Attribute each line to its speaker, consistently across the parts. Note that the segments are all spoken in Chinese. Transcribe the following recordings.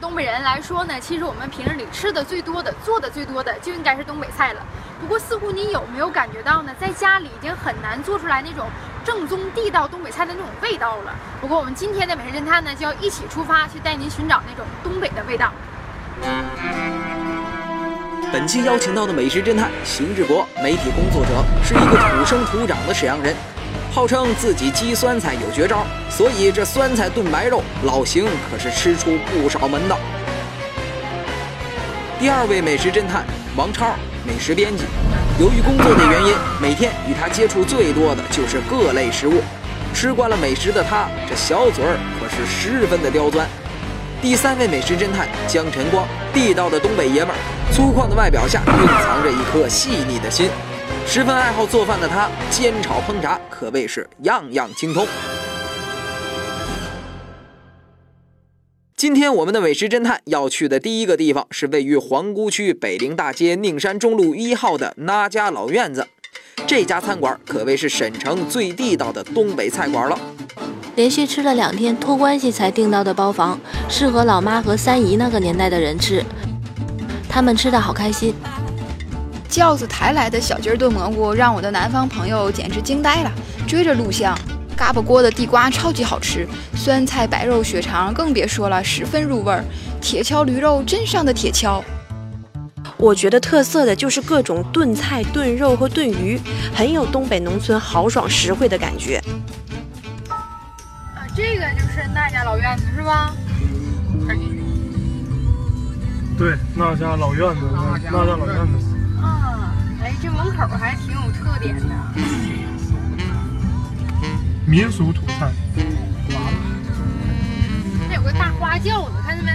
Speaker 1: 东北人来说呢，其实我们平日里吃的最多的、做的最多的就应该是东北菜了。不过，似乎你有没有感觉到呢？在家里已经很难做出来那种正宗地道东北菜的那种味道了。不过，我们今天的美食侦探呢，就要一起出发，去带您寻找那种东北的味道。
Speaker 2: 本期邀请到的美食侦探邢志国，媒体工作者，是一个土生土长的沈阳人，号称自己鸡酸菜有绝招，所以这酸菜炖白肉，老邢可是吃出不少门道。第二位美食侦探王超，美食编辑，由于工作的原因，每天与他接触最多的就是各类食物，吃惯了美食的他，这小嘴儿可是十分的刁钻。第三位美食侦探江晨光，地道的东北爷们儿，粗犷的外表下蕴藏着一颗细腻的心。十分爱好做饭的他，煎炒烹炸可谓是样样精通。今天我们的美食侦探要去的第一个地方是位于皇姑区北陵大街宁山中路一号的那家老院子，这家餐馆可谓是沈城最地道的东北菜馆了。
Speaker 3: 连续吃了两天，托关系才订到的包房，适合老妈和三姨那个年代的人吃。他们吃的好开心，
Speaker 4: 轿子抬来的小鸡儿炖蘑菇，让我的南方朋友简直惊呆了，追着录像。嘎巴锅的地瓜超级好吃，酸菜白肉血肠更别说了，十分入味儿。铁锹驴肉真上的铁锹，
Speaker 5: 我觉得特色的就是各种炖菜、炖肉和炖鱼，很有东北农村豪爽实惠的感觉。
Speaker 1: 啊，这个就是那家老院子是吧？
Speaker 6: 对，那家老院子，那家老院子，
Speaker 1: 啊，嗯哎，这门口还挺有特点的。
Speaker 6: 民俗土菜，
Speaker 1: 那有个大花轿子，看见没？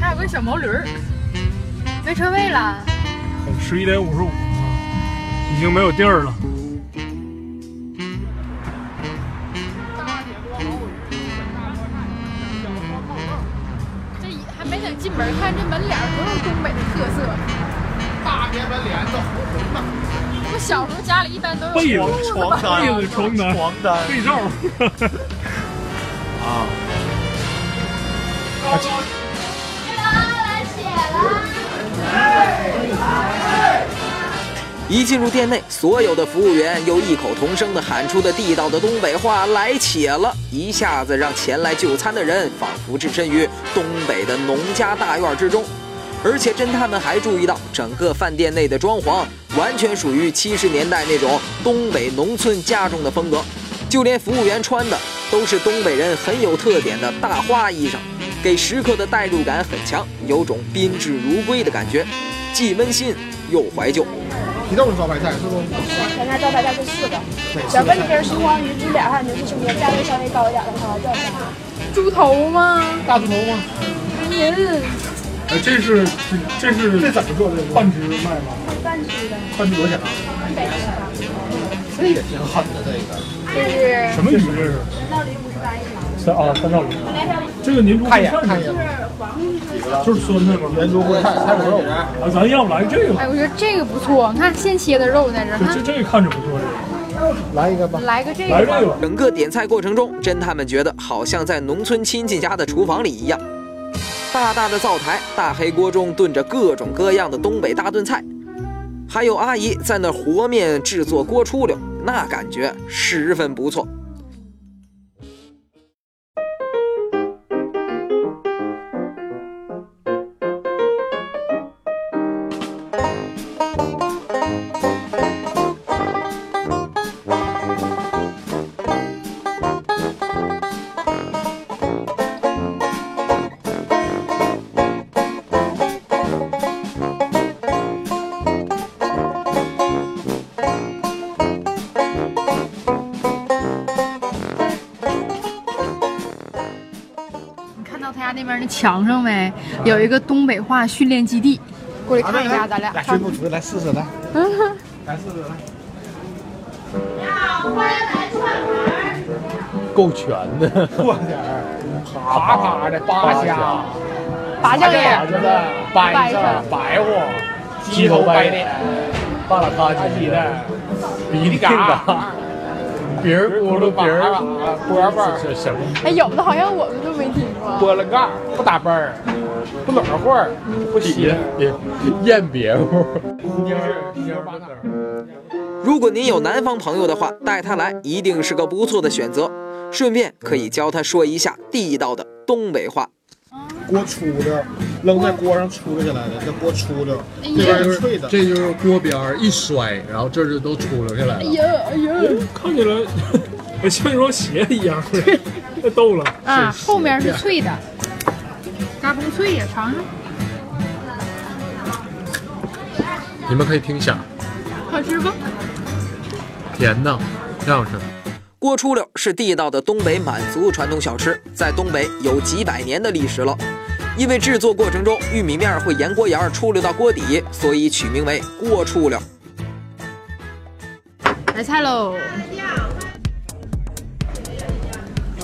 Speaker 1: 还有个小毛驴儿，没车位了。
Speaker 6: 十一点五十五，已经没有地儿了。
Speaker 1: 这一还没等进门看，这门脸儿多有东北的特色。大爷门帘子红红的。我小时候家里一般都有
Speaker 6: 被子
Speaker 1: 红红的吧
Speaker 6: 被子、床单、床单、被罩。
Speaker 7: 啊，
Speaker 2: 一进入店内，所有的服务员又异口同声地喊出的地道的东北话“来且了”，一下子让前来就餐的人仿佛置身于东北的农家大院之中。而且侦探们还注意到，整个饭店内的装潢完全属于七十年代那种东北农村家中的风格，就连服务员穿的都是东北人很有特点的大花衣裳，给食客的代入感很强，有种宾至如归的感觉，既温馨又怀旧。
Speaker 8: 皮冻是招牌菜是不？
Speaker 9: 咱家招牌菜是四个，
Speaker 8: 对，
Speaker 9: 小哥你这是黄鱼、猪脸还有牛蹄胸膘，价位稍微高一点的话，叫啥？
Speaker 1: 猪头吗？
Speaker 8: 大猪头吗？
Speaker 1: 您
Speaker 6: 哎，这是这是
Speaker 8: 这怎么做的？
Speaker 6: 半只卖吗？
Speaker 9: 半吃的，
Speaker 8: 半只多少钱啊？
Speaker 9: 一百十
Speaker 8: 这也挺狠的，这个。
Speaker 6: 什么鱼这是？
Speaker 9: 八，到零五十八一条。
Speaker 6: 三啊，三道鱼。这个您不
Speaker 8: 看一
Speaker 6: 会
Speaker 8: 眼，
Speaker 6: 涮
Speaker 8: 看一
Speaker 6: 是
Speaker 8: 眼
Speaker 6: 吗？，就是酸菜吗？
Speaker 8: 圆桌烩菜，菜脯肉。
Speaker 6: 啊，咱要不来这个吧？
Speaker 1: 哎，我觉得这个不错，你看现切的肉在这儿，
Speaker 6: 这
Speaker 1: 看
Speaker 6: 这个看着不错，这
Speaker 8: 来一个吧。
Speaker 1: 来个这
Speaker 6: 个来
Speaker 1: 个
Speaker 6: 这
Speaker 1: 吧。
Speaker 6: 个吧。
Speaker 2: 整个点菜过程中，侦探们觉得好像在农村亲戚家的厨房里一样。大大的灶台，大黑锅中炖着各种各样的东北大炖菜，还有阿姨在那和面制作锅出溜，那感觉十分不错。
Speaker 1: 你看到他家那边那墙上没，有一个东北话训练基地，过来看一下，咱俩
Speaker 8: 来，学不厨来试试来。来试试来。
Speaker 7: 够全的，
Speaker 8: 过点儿，啪啪的八下，
Speaker 1: 拔将也
Speaker 8: 子掰着白乎，鸡头白脸，
Speaker 7: 巴拉咔叽
Speaker 8: 鸡，的，
Speaker 7: 鼻涕
Speaker 8: 嘎
Speaker 7: 嘎，
Speaker 8: 鼻儿咕噜鼻儿波波儿，
Speaker 6: 这什么？
Speaker 1: 哎，有的好像我们都没听过。
Speaker 8: 波了盖儿不打啵儿，不暖和儿，不洗，咽别糊，蔫儿蔫儿巴哪儿。
Speaker 2: 如果您有南方朋友的话，带他来一定是个不错的选择。顺便可以教他说一下地道的东北话。
Speaker 7: 锅出溜儿，扔在锅上出溜起来的，这锅出溜儿，
Speaker 1: 哎
Speaker 7: 这边
Speaker 1: 呀，
Speaker 7: 儿是脆的。
Speaker 8: 这就是锅边儿一摔，然后这就都出溜下来
Speaker 1: 哎
Speaker 8: 了。
Speaker 1: 呀，哎呀，
Speaker 6: 看起来 我像一双鞋一样，太逗了。
Speaker 1: 啊，后面是脆的，嘎嘣脆呀，尝尝，
Speaker 8: 你们可以听响，
Speaker 1: 好吃不？
Speaker 8: 甜的，挺好吃。
Speaker 2: 锅出溜是地道的东北满族传统小吃，在东北有几百年的历史了。因为制作过程中玉米面儿会沿锅沿儿出溜到锅底，所以取名为锅出溜。
Speaker 1: 来菜喽！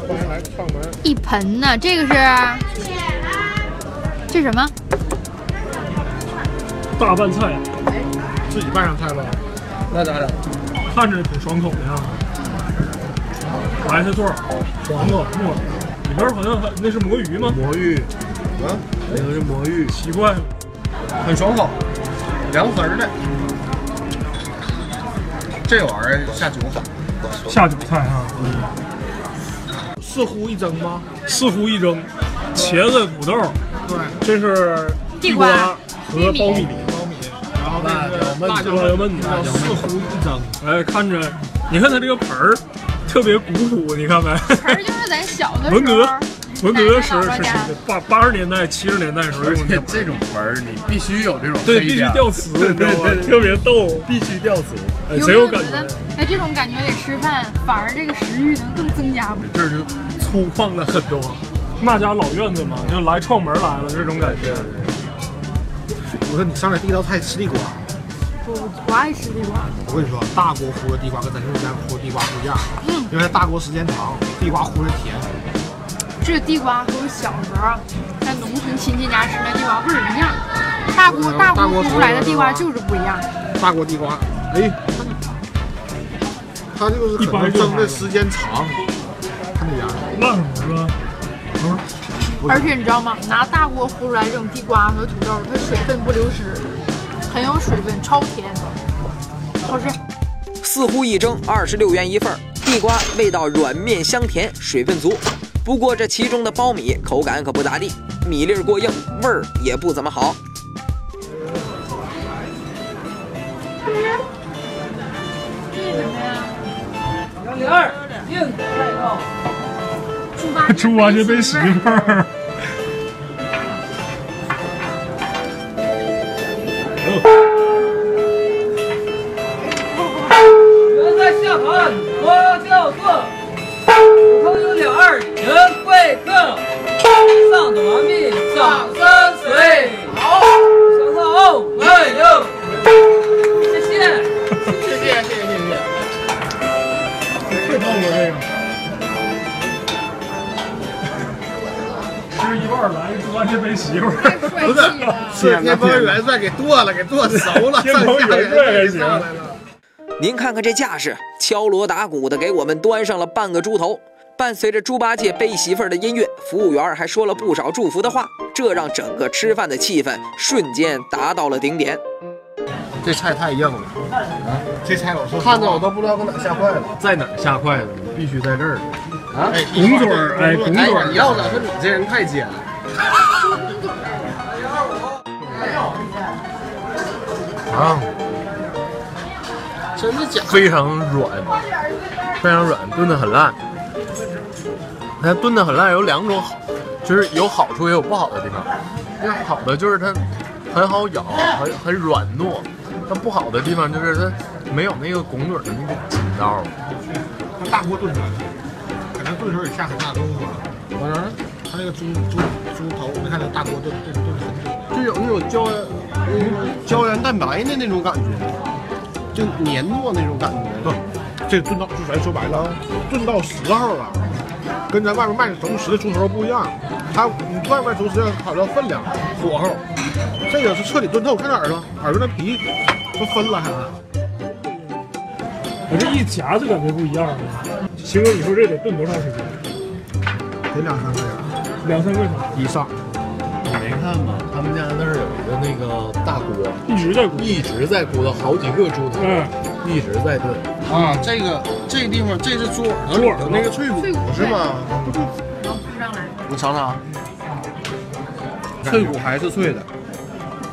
Speaker 7: 欢迎来串门儿，
Speaker 1: 一盆呢，这个是，这什么？
Speaker 6: 大拌菜啊
Speaker 8: 自己拌上菜吧，那咋整？
Speaker 6: 看着挺爽口的啊。白菜段儿、黄瓜、木耳，里边儿好像还那是魔芋吗？
Speaker 8: 魔芋，
Speaker 7: 啊，
Speaker 8: 那个是魔芋，
Speaker 6: 奇怪，
Speaker 8: 很爽口，凉皮儿的。这玩意儿下酒好，
Speaker 6: 下酒菜啊，
Speaker 8: 四乎一蒸吗？
Speaker 6: 四乎一蒸，茄子、土豆，
Speaker 8: 对，
Speaker 6: 这是
Speaker 1: 地
Speaker 6: 地
Speaker 1: 瓜
Speaker 6: 和苞米。
Speaker 8: 苞米，然后那个
Speaker 6: 辣椒焖的
Speaker 8: 叫四乎一蒸。
Speaker 6: 哎，看着，你看它这个盆儿特别古朴，你 看没？
Speaker 1: 盆儿就是咱小的时候，
Speaker 6: 文革，文革时
Speaker 1: 奶奶姥
Speaker 6: 是
Speaker 1: 姥家
Speaker 6: 是八八十年代、七十年代时候
Speaker 8: 而
Speaker 6: 用
Speaker 8: 且
Speaker 6: 的，
Speaker 8: 这种盆儿你必须有这种
Speaker 6: 对，
Speaker 8: 黑
Speaker 6: 必须
Speaker 8: 边儿
Speaker 6: 吊瓷，
Speaker 8: 对
Speaker 6: 你知道
Speaker 8: 对
Speaker 6: 吗
Speaker 8: 对，？
Speaker 6: 特别逗，
Speaker 8: 必须吊瓷，
Speaker 6: 哎
Speaker 1: 有
Speaker 6: 贼
Speaker 1: 没
Speaker 6: 有
Speaker 1: 有
Speaker 6: 感
Speaker 1: 觉
Speaker 6: 觉
Speaker 1: 得。，哎，这种感觉得吃饭，反而这个食欲能更增加不？
Speaker 8: 这儿就粗犷了很多。
Speaker 6: 那家老院子嘛，就来串门来了这种感觉。
Speaker 7: 我说你上来第一道菜吃地瓜，
Speaker 1: 我不爱吃地瓜，
Speaker 7: 我跟你说，大锅烀的地瓜跟咱这边烀地瓜不一样，
Speaker 1: 嗯
Speaker 7: 因为它大锅时间长，地瓜烀的甜。
Speaker 1: 这地瓜和我小时候在农村亲戚家吃那地瓜味儿一样，大锅嗯大
Speaker 7: 大
Speaker 1: 锅
Speaker 7: 锅
Speaker 1: 烀出来的地瓜就是不一样。
Speaker 7: 大锅地瓜，哎，它就是可能蒸的时间长，看这样，
Speaker 6: 辣什么了？
Speaker 1: 而且你知道吗？拿大锅烀出来这种地瓜和土豆，它水分不流失，很有水分，超甜，好吃。
Speaker 2: 四乎一蒸，二十六元一份儿。地瓜味道软面香甜，水分足。不过这其中的苞米口感可不咋地，米粒儿过硬，味儿也不怎么好。
Speaker 6: 猪
Speaker 1: 啊
Speaker 6: 八戒背媳妇儿。
Speaker 10: 人在下凡，我叫做武功有点二，人贵客。上等完毕，掌声随。好，向上哦，哎呦，谢谢。
Speaker 7: 谢谢谢谢谢谢。
Speaker 8: 会动了这个，
Speaker 6: 吃一半来猪八戒背媳妇 儿，
Speaker 7: 不 是，是天蓬元帅给剁了，给剁熟 了，
Speaker 6: 天蓬元帅还行
Speaker 7: 上下给剁来了。
Speaker 2: 您看看这架势，敲锣打鼓的给我们端上了半个猪头。伴随着猪八戒背媳妇儿的音乐，服务员还说了不少祝福的话，这让整个吃饭的气氛瞬间达到了顶点。
Speaker 7: 这菜太硬了，啊这菜我说看着我都不知道搁哪下筷子。
Speaker 8: 在哪儿下筷子？必须在这儿。
Speaker 7: 哎，
Speaker 6: 拱嘴儿哎拱嘴儿
Speaker 7: 你要咱们你这人太尖了。
Speaker 8: 啊，
Speaker 7: 真的假的？
Speaker 8: 非常软，非常软，炖的很烂。它炖的很烂有两种好，就是有好处也有不好的地方。那好的就是它很好咬，很很软糯；它不好的地方就是它没有那个拱嘴儿的那个紧道。
Speaker 7: 大锅炖出来的，可能炖的时候也下很大功夫啊。完了，他那个猪猪猪头，你看那大锅炖炖炖的很久，就有那种胶原胶原蛋白的那种感觉，就粘糯那种感觉。对，这炖到就咱说白了，啊，炖到时候了。跟咱外面卖的熟食的猪头不一样，它你外面熟食要考虑到分量、火候，这个是彻底炖透。看这耳朵，耳朵那皮都分了还。
Speaker 6: 我这一夹就感觉不一样了。邢哥，你说这得炖多长时间？
Speaker 7: 得两三个月，
Speaker 6: 两三个小时
Speaker 7: 以上。
Speaker 8: 你没看吗？他们家那儿有一个那个大锅，
Speaker 6: 一直在咕，
Speaker 8: 一直在咕的好几个猪头，
Speaker 6: 嗯，
Speaker 8: 一直在炖。
Speaker 7: 啊，这个这地方这是猪耳朵
Speaker 6: 猪
Speaker 7: 里
Speaker 6: 耳
Speaker 7: 头
Speaker 6: 朵
Speaker 7: 那个脆骨
Speaker 1: 脆骨
Speaker 7: 是吗？
Speaker 1: 然后扑上来，
Speaker 7: 你尝啊尝，脆骨还是脆的，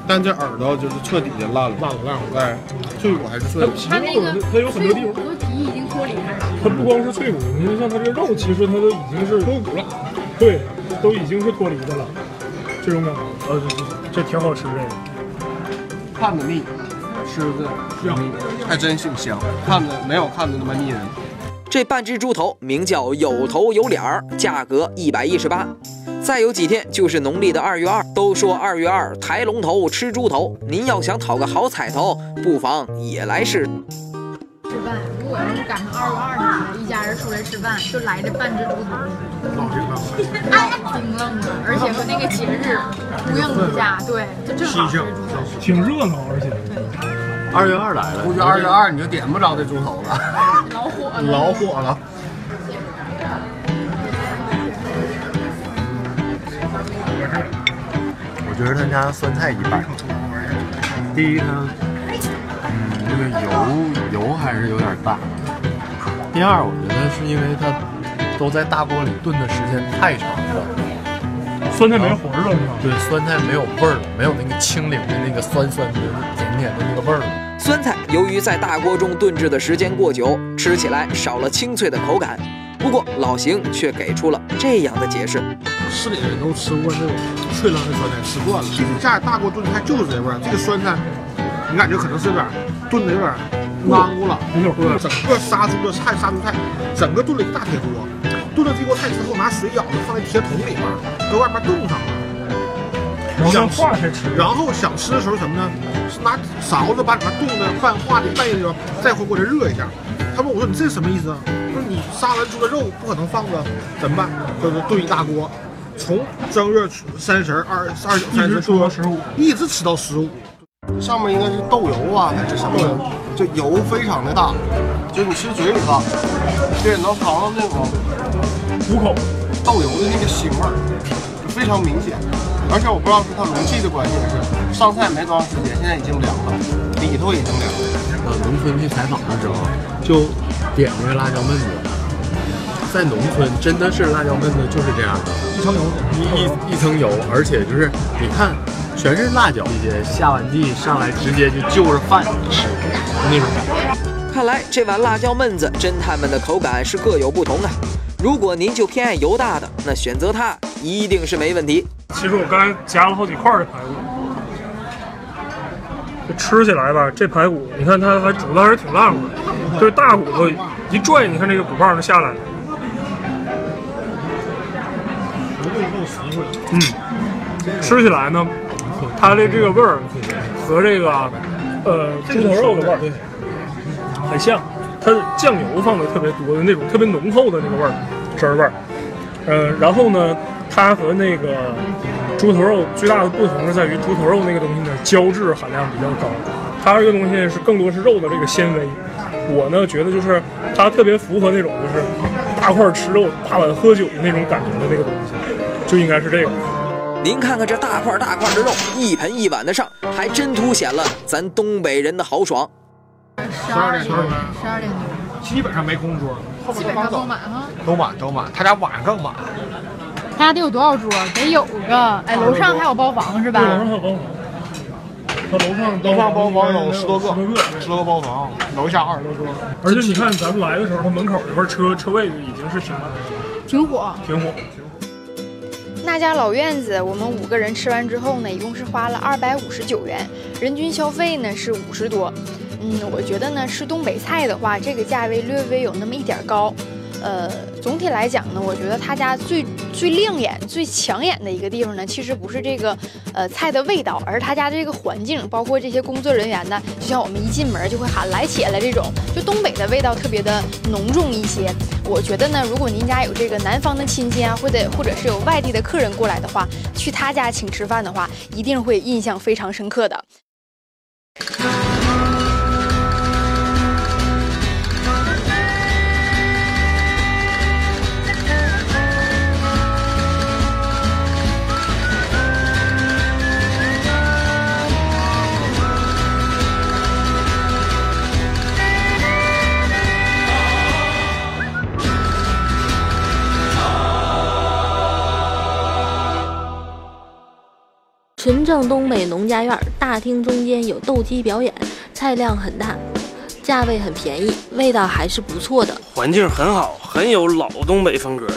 Speaker 7: 但这耳朵就是彻底的烂了，烂了烂了，对，脆骨还是脆的。
Speaker 1: 它那个
Speaker 6: 它有很多
Speaker 1: 脆
Speaker 6: 地
Speaker 1: 骨
Speaker 6: 方，
Speaker 1: 很多皮已经脱离它了。
Speaker 6: 它不光是脆骨，你就像它这个肉，其实它都已经是脱骨了，对，都已经是脱离的了，这种感觉，呃，这挺好吃这个。
Speaker 7: 看着腻，吃的
Speaker 6: 香，
Speaker 7: 还真挺香，看着没有看着那么腻人。
Speaker 2: 这半只猪头名叫有头有脸儿，价格一百一十八。再有几天就是农历的二月二，都说二月二抬龙头吃猪头，您要想讨个好彩头，不妨也来试试。
Speaker 1: 吃饭，如果要是赶上二月二十号，一家人出来吃饭，就来这半只猪头，
Speaker 7: 老挺好，
Speaker 1: 挺愣的，而且和那个节日呼应一下，对，就正好是猪头。
Speaker 6: 挺热闹，而且
Speaker 8: 二月二来了，
Speaker 7: 估计二月二你就点不着这猪头了，
Speaker 1: 老火了，
Speaker 7: 老火了。
Speaker 8: 我觉得他家酸菜一般。第一，它嗯，这个油油还是有点大。第二，我觉得是因为它都在大锅里炖的时间太长了，
Speaker 6: 酸菜没魂儿了，是吧？
Speaker 8: 对酸菜没有味儿了，没有那个清灵的那个酸酸的、甜甜的那个味儿了。
Speaker 2: 酸菜由于在大锅中炖制的时间过久，吃起来少了清脆的口感。不过老邢却给出了这样的解释：
Speaker 7: 市里人都吃过这种脆烂的酸菜，吃惯了。这个家大锅炖菜就是这味儿，这个酸菜，你感觉可能是有点炖的有点囔咕了，
Speaker 6: 有点糊
Speaker 7: 整个杀猪的菜杀猪菜，整个炖了一大铁锅，炖了这锅菜之后拿水舀着放在铁桶里边儿，搁外面冻上了。
Speaker 6: 然后像化开吃，
Speaker 7: 然后想吃的时候什么呢？是拿勺子把里面冻的泛化的半夜里再回锅再热一下。他问我说你这是什么意思啊？我说你杀完猪的肉不可能放着，怎么办？就是炖一大锅，从正月三十二二九
Speaker 6: 一
Speaker 7: 三
Speaker 6: 直
Speaker 7: 十
Speaker 6: 吃到十五，
Speaker 7: 一直吃到十五。上面应该是豆油啊，还是什么？就油非常的大，就你吃嘴里吧，对，能尝到那种
Speaker 6: 五口，
Speaker 7: 豆油的那个腥味儿，就非常明显。而且我不知道是它容器的关系，还是上菜没多长时间，现在已经凉了，里头已经凉了。
Speaker 8: 呃，农村去采访的时候就点过辣椒焖子，在农村真的是辣椒焖子就是这样的。
Speaker 7: 一层油，
Speaker 8: 一一层油，而且就是你看，全是辣椒，直接下碗地上来，直接就就着饭吃那种感觉。
Speaker 2: 看来这碗辣椒焖子，侦探们的口感是各有不同啊。如果您就偏爱油大的，那选择它一定是没问题。
Speaker 6: 其实我刚才夹了好几块儿这排骨，这吃起来吧，这排骨你看它还煮的还是挺烂乎的，就是大骨头一拽，你看这个骨棒就下来了。嗯，吃起来呢，它的这个味儿和这个呃猪头肉的味儿很像，它酱油放的特别多的那种特别浓厚的那个味儿汁儿味儿。呃，然后呢，它和那个猪头肉最大的不同是在于猪头肉那个东西呢胶质含量比较高，它这个东西是更多是肉的这个纤维。我呢觉得就是它特别符合那种就是大块儿吃肉、大碗喝酒的那种感觉的那个东西，就应该是这个。
Speaker 2: 您看看这大块大块的肉，一盆一碗的上，还真凸显了咱东北人的豪爽。
Speaker 1: 十二点多，十二点多，
Speaker 7: 基本上没空桌，后
Speaker 1: 基本上都满哈。
Speaker 7: 都满都满，他家晚上更满。
Speaker 1: 他家得有多少桌？得有个，哎，楼上还有包房是吧？
Speaker 6: 还有包房，它楼上
Speaker 7: 楼上包房有
Speaker 6: 十
Speaker 7: 十多
Speaker 6: 个
Speaker 7: 个，，十多个包房，楼下二十多桌。
Speaker 6: 而且你看咱们来的时候，它门口这块车车位就已经是挺满的
Speaker 1: 挺火。
Speaker 6: 挺火。
Speaker 4: 那家老院子，我们五个人吃完之后呢，一共是花了二百五十九元，人均消费呢是五十多。嗯，我觉得呢，吃东北菜的话，这个价位略微有那么一点儿高。呃，总体来讲呢，我觉得他家最最亮眼、最抢眼的一个地方呢，其实不是这个呃菜的味道，而是他家这个环境，包括这些工作人员呢，就像我们一进门就会喊“来且了”这种，就东北的味道特别的浓重一些。我觉得呢，如果您家有这个南方的亲戚啊，或者或者是有外地的客人过来的话，去他家请吃饭的话，一定会印象非常深刻的。
Speaker 3: 纯正东北农家院儿，大厅中间有斗鸡表演，菜量很大，价位很便宜，味道还是不错的。
Speaker 11: 环境很好，很有老东北风格。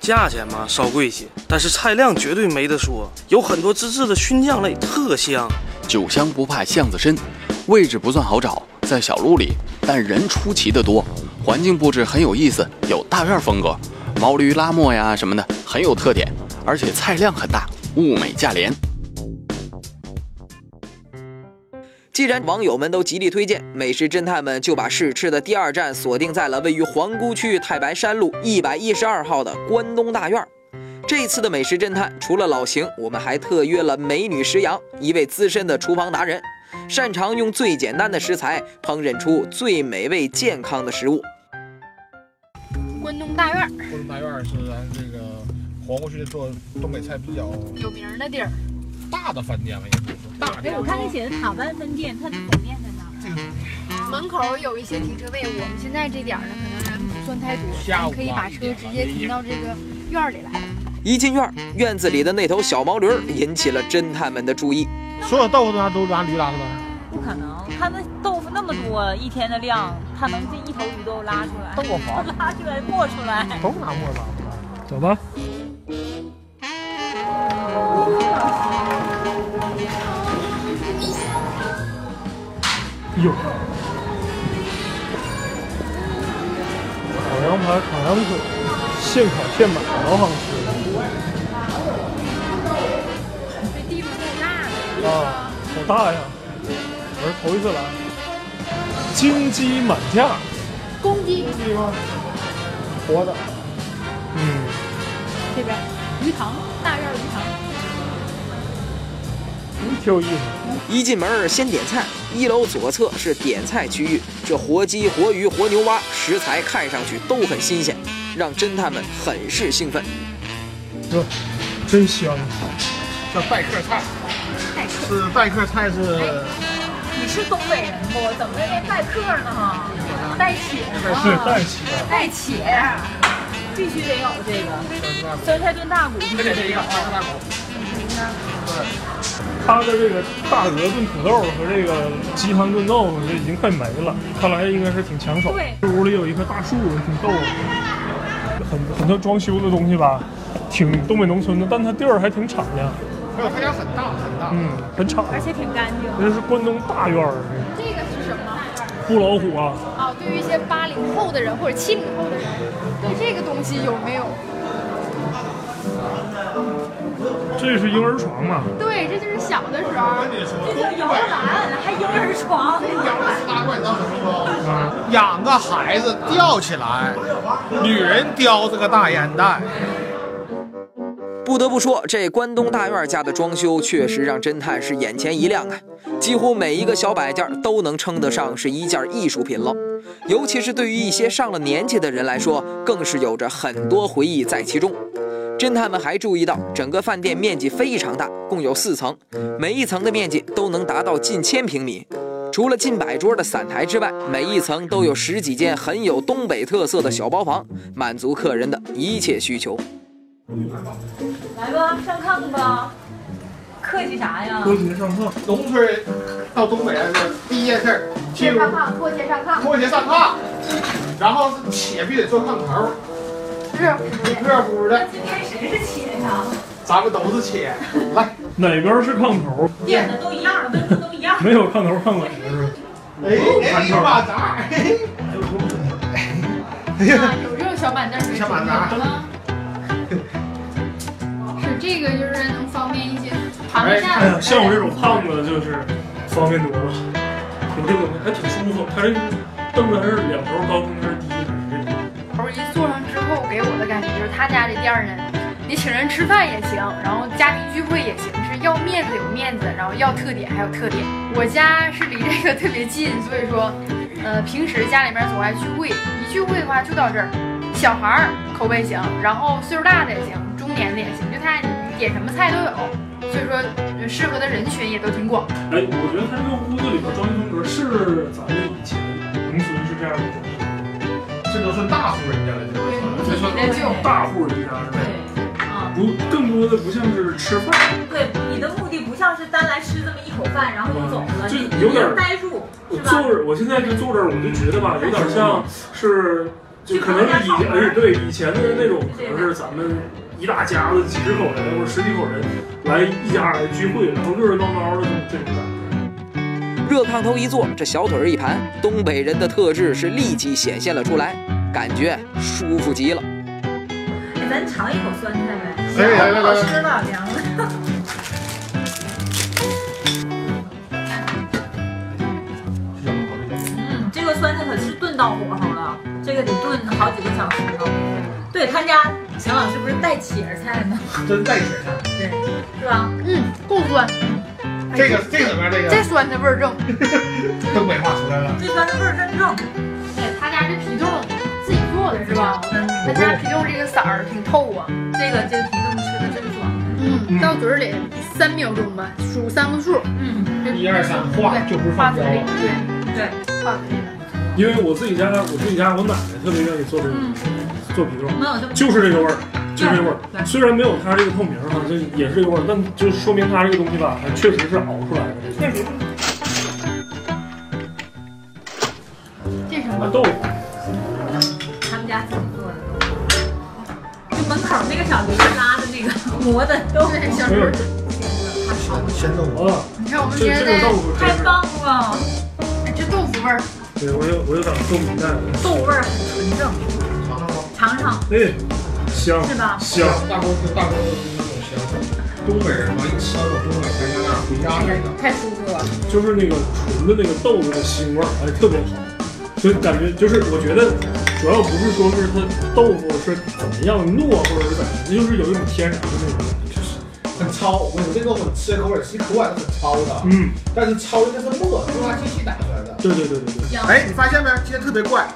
Speaker 11: 价钱嘛稍贵些，但是菜量绝对没得说，有很多自制 的熏酱类，特香。
Speaker 12: 酒香不怕巷子深，位置不算好找，在小路里，但人出奇的多，环境布置很有意思，有大院风格，毛驴拉磨呀什么的很有特点，而且菜量很大，物美价廉。
Speaker 2: 既然网友们都极力推荐，美食侦探们就把试吃的第二站锁定在了位于皇姑区太白山路一百一十二号的关东大院儿。这次的美食侦探除了老邢，我们还特约了美女石阳，一位资深的厨房达人，擅长用最简单的食材烹饪出最美味健康的食物。
Speaker 1: 关东大院儿
Speaker 7: 关东大院儿是咱这个皇姑区做东北菜比较
Speaker 1: 有名儿的地儿。
Speaker 7: 大的饭店了，应该说大
Speaker 13: 哎，
Speaker 7: 的。
Speaker 13: 我看你写的塔湾分店，它总店在哪？
Speaker 1: 门口有一些停车位，我们现在这点儿呢，可能人不算太多，
Speaker 2: 下
Speaker 1: 但
Speaker 2: 午啊
Speaker 1: 可以把车直接停到这个院儿里来。
Speaker 2: 一进院儿，院子里的那头小毛驴儿引起了侦探们的注意。
Speaker 7: 所有豆腐都都拿驴拉出来，
Speaker 13: 不可能，他那豆腐那么多，一天的量，他能这一头鱼都拉出来？
Speaker 7: 豆腐
Speaker 13: 拉出来磨出来。
Speaker 7: 都拿磨子。
Speaker 6: 走吧。有烤羊排、烤羊腿，现烤现买，老好吃了。
Speaker 1: 这地方够大的。
Speaker 6: 啊，好大呀！我是头一次来，金鸡满价，
Speaker 1: 公鸡。
Speaker 6: 活的。嗯，
Speaker 1: 这边鱼塘，大院儿鱼塘。
Speaker 6: 挺有意思。
Speaker 2: 一进门儿先点菜，一楼左侧是点菜区域，这活鸡、活鱼、活牛蛙，食材看上去都很新鲜，让侦探们很是兴奋。
Speaker 6: 这真香！
Speaker 7: 叫待客菜，是待客菜是
Speaker 13: 你是东北人不？怎么还带客呢？带血啊
Speaker 6: 是带血，
Speaker 13: 带血，必须得有这个酸菜炖大骨，
Speaker 7: 这得一个酸菜大骨。
Speaker 6: 它的这个大鹅炖土豆和这个鸡汤炖豆腐这已经快没了，看来应该是挺抢手。
Speaker 13: 对
Speaker 6: 这屋里有一棵大树，挺逗的，很很多装修的东西吧，挺东北农村的，但它地儿还挺敞亮，
Speaker 7: 没有，他家很大很大。
Speaker 6: 嗯，很敞亮。
Speaker 13: 挺干净
Speaker 6: 这是关东大院儿，
Speaker 1: 这个是什么？
Speaker 6: 不老虎啊，
Speaker 1: 啊，对于一些八零后的人或者七零后的人，对这个东西有没有？
Speaker 6: 这是婴儿床啊嘛？
Speaker 1: 对，这就是小的时候。
Speaker 13: 这叫摇篮，还婴儿 床。
Speaker 6: 啊，
Speaker 7: 养个孩子吊起来，女人叼着个大烟袋。
Speaker 2: 不得不说，这关东大院家的装修确实让侦探是眼前一亮啊！几乎每一个小摆件都能称得上是一件艺术品喽，尤其是对于一些上了年纪的人来说，更是有着很多回忆在其中。侦探们还注意到，整个饭店面积非常大，共有四层，每一层的面积都能达到近千平米。除了近百桌的散台之外，每一层都有十几间很有东北特色的小包房，满足客人的一切需求。
Speaker 13: 来吧，上炕吧，客气啥呀？
Speaker 6: 鞋上炕，
Speaker 7: 农村到东北来的第一件事儿，进入
Speaker 1: 炕，拖鞋上炕
Speaker 7: 拖鞋上炕，然后且必须得坐炕头，
Speaker 1: 热
Speaker 7: 热乎的。
Speaker 13: 今天谁是亲呀？
Speaker 7: 咱们都是且，来，
Speaker 6: 哪边是炕头？
Speaker 13: 垫的都一样，温度都一样。
Speaker 6: 没有炕头炕尾的是吧？
Speaker 7: 哎哎呀妈
Speaker 6: 杂！
Speaker 7: 哎
Speaker 1: 啊，有这种小板凳儿，
Speaker 7: 小板凳儿
Speaker 1: 是这个，就是能方便一些躺
Speaker 6: 哎
Speaker 1: 下。
Speaker 6: 呀， 像我这种胖子就是方便多了，有这个还挺舒服。它这个凳子还是两头高，中间低的。
Speaker 1: 头一坐上之后，给我的感觉就是他家这店儿呢，你请人吃饭也行，然后家庭聚会也行，是要面子有面子，然后要特点还有特点。我家是离这个特别近，所以说，呃，平时家里面总爱聚会，一聚会的话就到这儿，小孩儿口味行，然后岁数大的也行，中年的也行，就看你点什么菜都有，所以说呃适合的人群也都挺广。
Speaker 6: 哎，我觉得它这个屋子里边装修风格是咱们以前农村是这样的装修，
Speaker 7: 这都算大户人家了，
Speaker 6: 这算大户人家了。
Speaker 13: 对，啊，
Speaker 6: 不，更多的不像是吃饭。
Speaker 13: 对，你的目的不像是饭，然后就走了，
Speaker 6: 嗯就
Speaker 13: 你
Speaker 6: 有点儿
Speaker 13: 呆住，
Speaker 6: 我
Speaker 13: 是吧？
Speaker 6: 坐，我现在就坐这儿，我就觉得吧，有点像是，就可能是以哎对以前的那种，可能是咱们一大家子几十口人或者十几口人来一家来聚会，然后热热闹闹的这种感觉。
Speaker 2: 热炕头一坐，这小腿儿一盘，东北人的特质是立即显现了出来，感觉舒服极了。
Speaker 13: 哎咱尝一口酸菜呗，
Speaker 2: 哎来来来
Speaker 13: 好吃吧，凉的。嗯，这个酸菜可是炖到火候了，这个得炖好几个小时呢。对他家小老师不是带茄菜呢？
Speaker 7: 真带血啊的。
Speaker 13: 对，是吧？
Speaker 1: 嗯，够酸。
Speaker 7: 这个这个怎么样？这个
Speaker 1: 这酸的味儿正，
Speaker 7: 东北话出来了。
Speaker 13: 这酸的味儿真正。
Speaker 1: 对他家这皮冻自己做的是吧？他家皮冻这个色儿挺透啊。
Speaker 13: 这个这个皮冻吃的真爽。
Speaker 1: 嗯，到嘴里三秒钟吧，数三个数。
Speaker 13: 嗯，
Speaker 7: 一二三，画就不是放
Speaker 1: 画嘴
Speaker 7: 椒
Speaker 1: 里
Speaker 7: 了。，
Speaker 13: 对对，
Speaker 1: 画嘴里。
Speaker 6: 因为我自己家，我自己家我奶奶特别愿意做这个，做皮肉，就是这个味儿，就是这个味儿。虽然没有它这个透明哈，就也是这个味儿，但就说明它这个东西吧，它确实是熬出来的。这
Speaker 1: 这
Speaker 13: 个
Speaker 1: 是什
Speaker 7: 嗯
Speaker 6: 啊豆腐，
Speaker 13: 他们家自己做的豆腐，就门口那个小驴子拉的那个 磨的豆腐，
Speaker 1: 小
Speaker 6: 驴儿
Speaker 7: 鲜豆腐。
Speaker 1: 你看我们
Speaker 6: 啊这
Speaker 1: 今天
Speaker 6: 这个
Speaker 1: 在
Speaker 6: 豆腐真是，
Speaker 13: 棒了，
Speaker 1: 哎，这豆腐味儿，
Speaker 6: 对我有我有点豆腐皮蛋，
Speaker 13: 豆味儿很纯正。尝尝吗？
Speaker 6: 哎，香
Speaker 13: 是吧
Speaker 6: 香，
Speaker 7: 大锅大锅那种香。东北人嘛，一吃到东北菜，那回家似的。
Speaker 13: 太舒服了。
Speaker 6: 就是那个纯的那个豆子的腥味儿，哎，特别好。就感觉就是，我觉得主要不是说是它豆腐是怎么样糯，或者是怎么样，就是有一种天然的那种感觉，就是
Speaker 7: 很糙，我跟你说，这个我吃口水，其实口感是很糙的，
Speaker 6: 嗯，
Speaker 7: 但是糙的那是沫，是吧？机器打出来的。
Speaker 6: 对对对对对。
Speaker 7: 哎，你发现没？今天特别怪，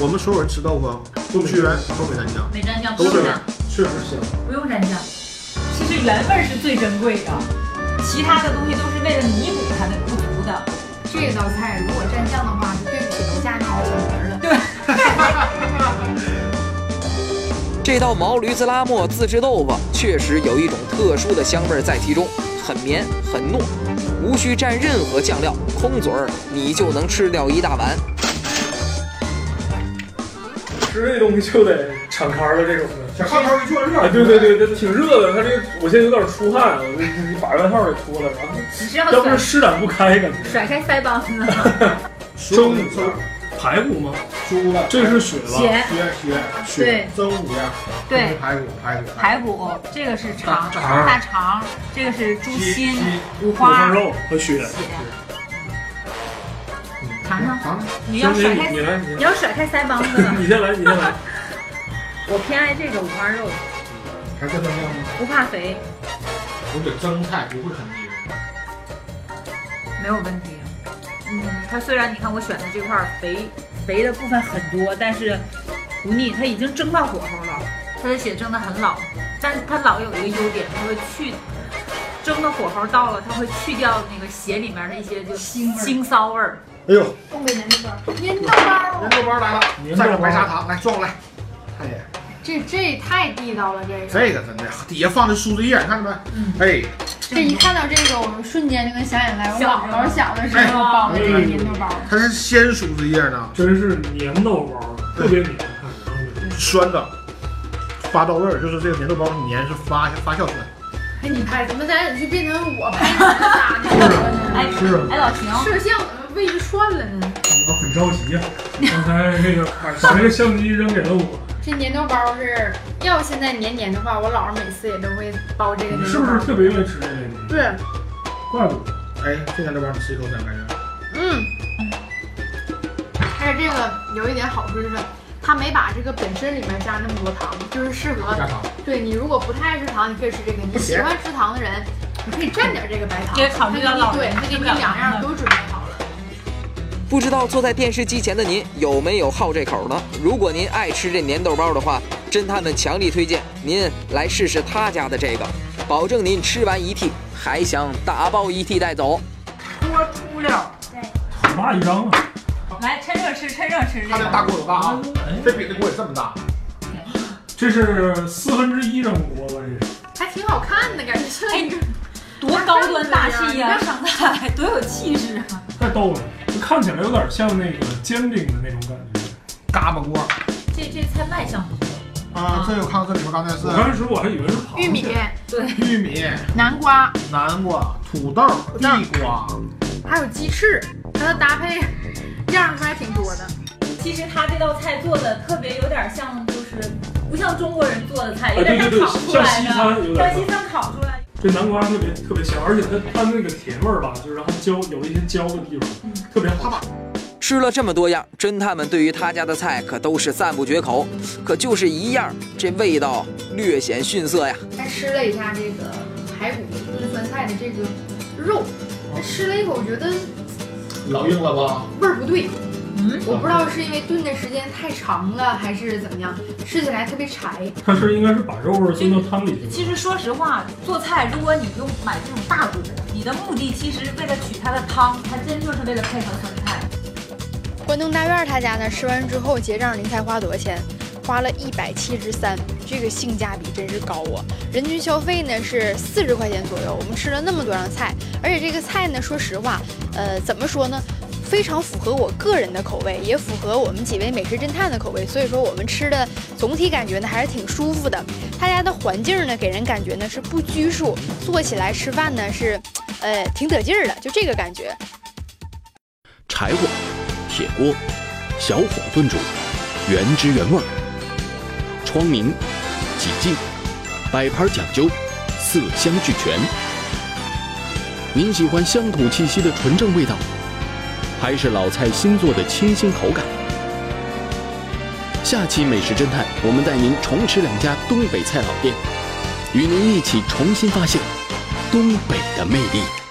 Speaker 7: 我们所有人吃豆腐，都屈原都没蘸酱，
Speaker 13: 没蘸酱，不
Speaker 7: 都是
Speaker 13: 用蘸，
Speaker 6: 确实香。
Speaker 13: 不用蘸酱。其实原味儿是最珍贵的，其他的东西都是为了弥补它的不足的。
Speaker 1: 这道菜如果蘸酱的话，就对不起楼下那个小名了。
Speaker 2: 这道毛驴子拉磨自制豆腐确实有一种特殊的香味儿在其中，很绵很糯，无需蘸任何酱料，空嘴儿你就能吃掉一大碗。
Speaker 6: 吃这东西就得敞开了这种的，
Speaker 7: 小炕头一坐热
Speaker 6: 哎，对对对，它挺热的，它这个我现在有点出汗，我这把外套给脱了，然后
Speaker 13: 是要
Speaker 6: 要不是施展不开感觉。
Speaker 13: 甩开 腮帮子，
Speaker 6: 蒸排骨吗？
Speaker 7: 猪了，
Speaker 6: 这是血吧？
Speaker 13: 血
Speaker 7: 血血
Speaker 13: 对
Speaker 7: 血，蒸五样，
Speaker 13: 对
Speaker 7: 排骨排骨
Speaker 13: 排骨这个是肠，
Speaker 6: 大肠
Speaker 13: 大肠这个是猪心
Speaker 6: 鸡鸡、
Speaker 13: 五
Speaker 6: 五花
Speaker 13: 花
Speaker 6: 肉和血。
Speaker 13: 尝
Speaker 7: 啊
Speaker 13: 尝，你要
Speaker 6: 兄弟
Speaker 13: 甩开，
Speaker 6: 你来你来。
Speaker 13: 你要甩开腮帮子了
Speaker 6: 你先来，你先来。
Speaker 13: 我偏爱这个五花肉，
Speaker 7: 还是蘸酱吗？
Speaker 13: 不怕肥，
Speaker 7: 我得蒸菜不会很黏。
Speaker 13: 没有问题。嗯，它虽然你看我选的这块儿肥肥的部分很多，但是不腻，它已经蒸到火候了，它的血蒸的很老，但是它老有一个优点，它会去蒸的火候到了，它会去掉那个血里面的一些就腥骚味儿。
Speaker 7: 哎呦，
Speaker 1: 东北粘豆包，粘豆包，
Speaker 7: 粘豆包来了，蘸上白砂糖，来撞过来，看见。
Speaker 1: 这这太地道了，这个。
Speaker 7: 这个真的，底下放的苏子叶，你看见没？哎，
Speaker 1: 这一看到这个，我瞬间就能想起来我姥姥嗯小嗯的时
Speaker 7: 哎
Speaker 1: 候包的这个粘豆包。
Speaker 7: 它是鲜苏子叶呢，
Speaker 6: 真是粘豆包，特别黏，
Speaker 7: 酸的，发到味儿，就是这个粘豆包很黏，是发发酵酸。
Speaker 1: 哎，你看，怎么咱俩就变成我拍你们仨 呢？哎
Speaker 7: 是
Speaker 13: 哎，老秦，
Speaker 1: 摄像怎么位置串了呢？
Speaker 6: 我很着急呀、刚才那个把那个相机扔给了我，
Speaker 1: 这粘豆包是要现在年年的话，我姥姥每次也都会包这个
Speaker 6: 你
Speaker 1: 粘
Speaker 6: 是
Speaker 1: 豆
Speaker 6: 不
Speaker 1: 包
Speaker 6: 是。特别愿意吃这个？
Speaker 1: 是，
Speaker 6: 怪不得。
Speaker 7: 哎，这粘豆包你吃一口感觉？
Speaker 1: 嗯。但是这个有一点好处就是，它没把这个本身里面加那么多糖，就是适合
Speaker 7: 加糖。
Speaker 1: 对你如果不太爱吃糖，你可以吃这个；你喜欢吃糖的人，你可以蘸点这个白糖。
Speaker 13: 也考虑到老
Speaker 1: 对，
Speaker 13: 人
Speaker 1: 它给你两
Speaker 13: 嗯
Speaker 1: 样都准备好了。
Speaker 2: 不知道坐在电视机前的您有没有好这口呢？如果您爱吃这粘豆包的话，侦探们强力推荐您来试试他家的这个，保证您吃完一屉还想打包一屉带走。
Speaker 13: 多出溜。
Speaker 6: 好大一张啊！
Speaker 13: 来，趁热吃，趁热吃这个。
Speaker 7: 它这大锅有大啊，这比那锅也这么大。
Speaker 6: 这是四分之一张锅吧？这是。
Speaker 1: 还挺好看的感觉。哎，
Speaker 13: 多高端大气呀、上菜多有气势啊！
Speaker 6: 太逗了，就看起来有点像那个煎饼的那种感觉，嘎巴锅。
Speaker 13: 这这菜卖相不错，
Speaker 7: 啊，这我看到这里边刚才是，
Speaker 6: 我刚时我还以为是 螃
Speaker 1: 玉米，
Speaker 13: 对，
Speaker 7: 玉米、
Speaker 1: 南瓜，
Speaker 7: 南瓜、土豆、地瓜，
Speaker 1: 还有鸡翅，它的搭配样式还挺多的。
Speaker 13: 其实他这道菜做的特别有点像，就是不像中国人做的菜，
Speaker 6: 哎
Speaker 13: 有点像
Speaker 6: 对对对
Speaker 13: 烤出来
Speaker 6: 像西餐有
Speaker 13: 的，
Speaker 6: 点
Speaker 13: 像西餐烤出来。
Speaker 6: 这南瓜特别特别香，而且它它那个甜味儿吧，就是让它焦有一些焦的地方，特别好。
Speaker 2: 吃了这么多样，侦探们对于他家的菜可都是赞不绝口，可就是一样，这味道略显逊色呀。
Speaker 1: 还吃了一下这个排骨炖酸菜的这个肉，吃了一口觉得
Speaker 7: 老硬了吧？
Speaker 1: 味儿不对。
Speaker 13: 嗯，
Speaker 1: 我不知道是因为炖的时间太长了，还是怎么样，吃起来特别柴。
Speaker 6: 它是应该是把肉味儿炖到汤里去了。
Speaker 13: 其实说实话，做菜如果你用买这种大锅，你的目的其实为了取它的汤，它真就是为了配合酸菜。
Speaker 4: 关东大院他家呢，吃完之后结账，您猜花多少钱？花了一百七十三，这个性价比真是高啊！人均消费呢是四十块钱左右。我们吃了那么多样菜，而且这个菜呢，说实话，呃，怎么说呢，非常符合我个人的口味，也符合我们几位美食侦探的口味。所以说，我们吃的总体感觉呢还是挺舒服的。他家的环境呢，给人感觉呢是不拘束，坐起来吃饭呢是，呃，挺得劲儿的，就这个感觉。
Speaker 8: 柴火、铁锅、小火炖煮，原汁原味儿。窗明几净，摆盘讲究，色香俱全。您喜欢乡土气息的纯正味道，还是老菜新做的清新口感？下期美食侦探，我们带您重吃两家东北菜老店，与您一起重新发现东北的魅力。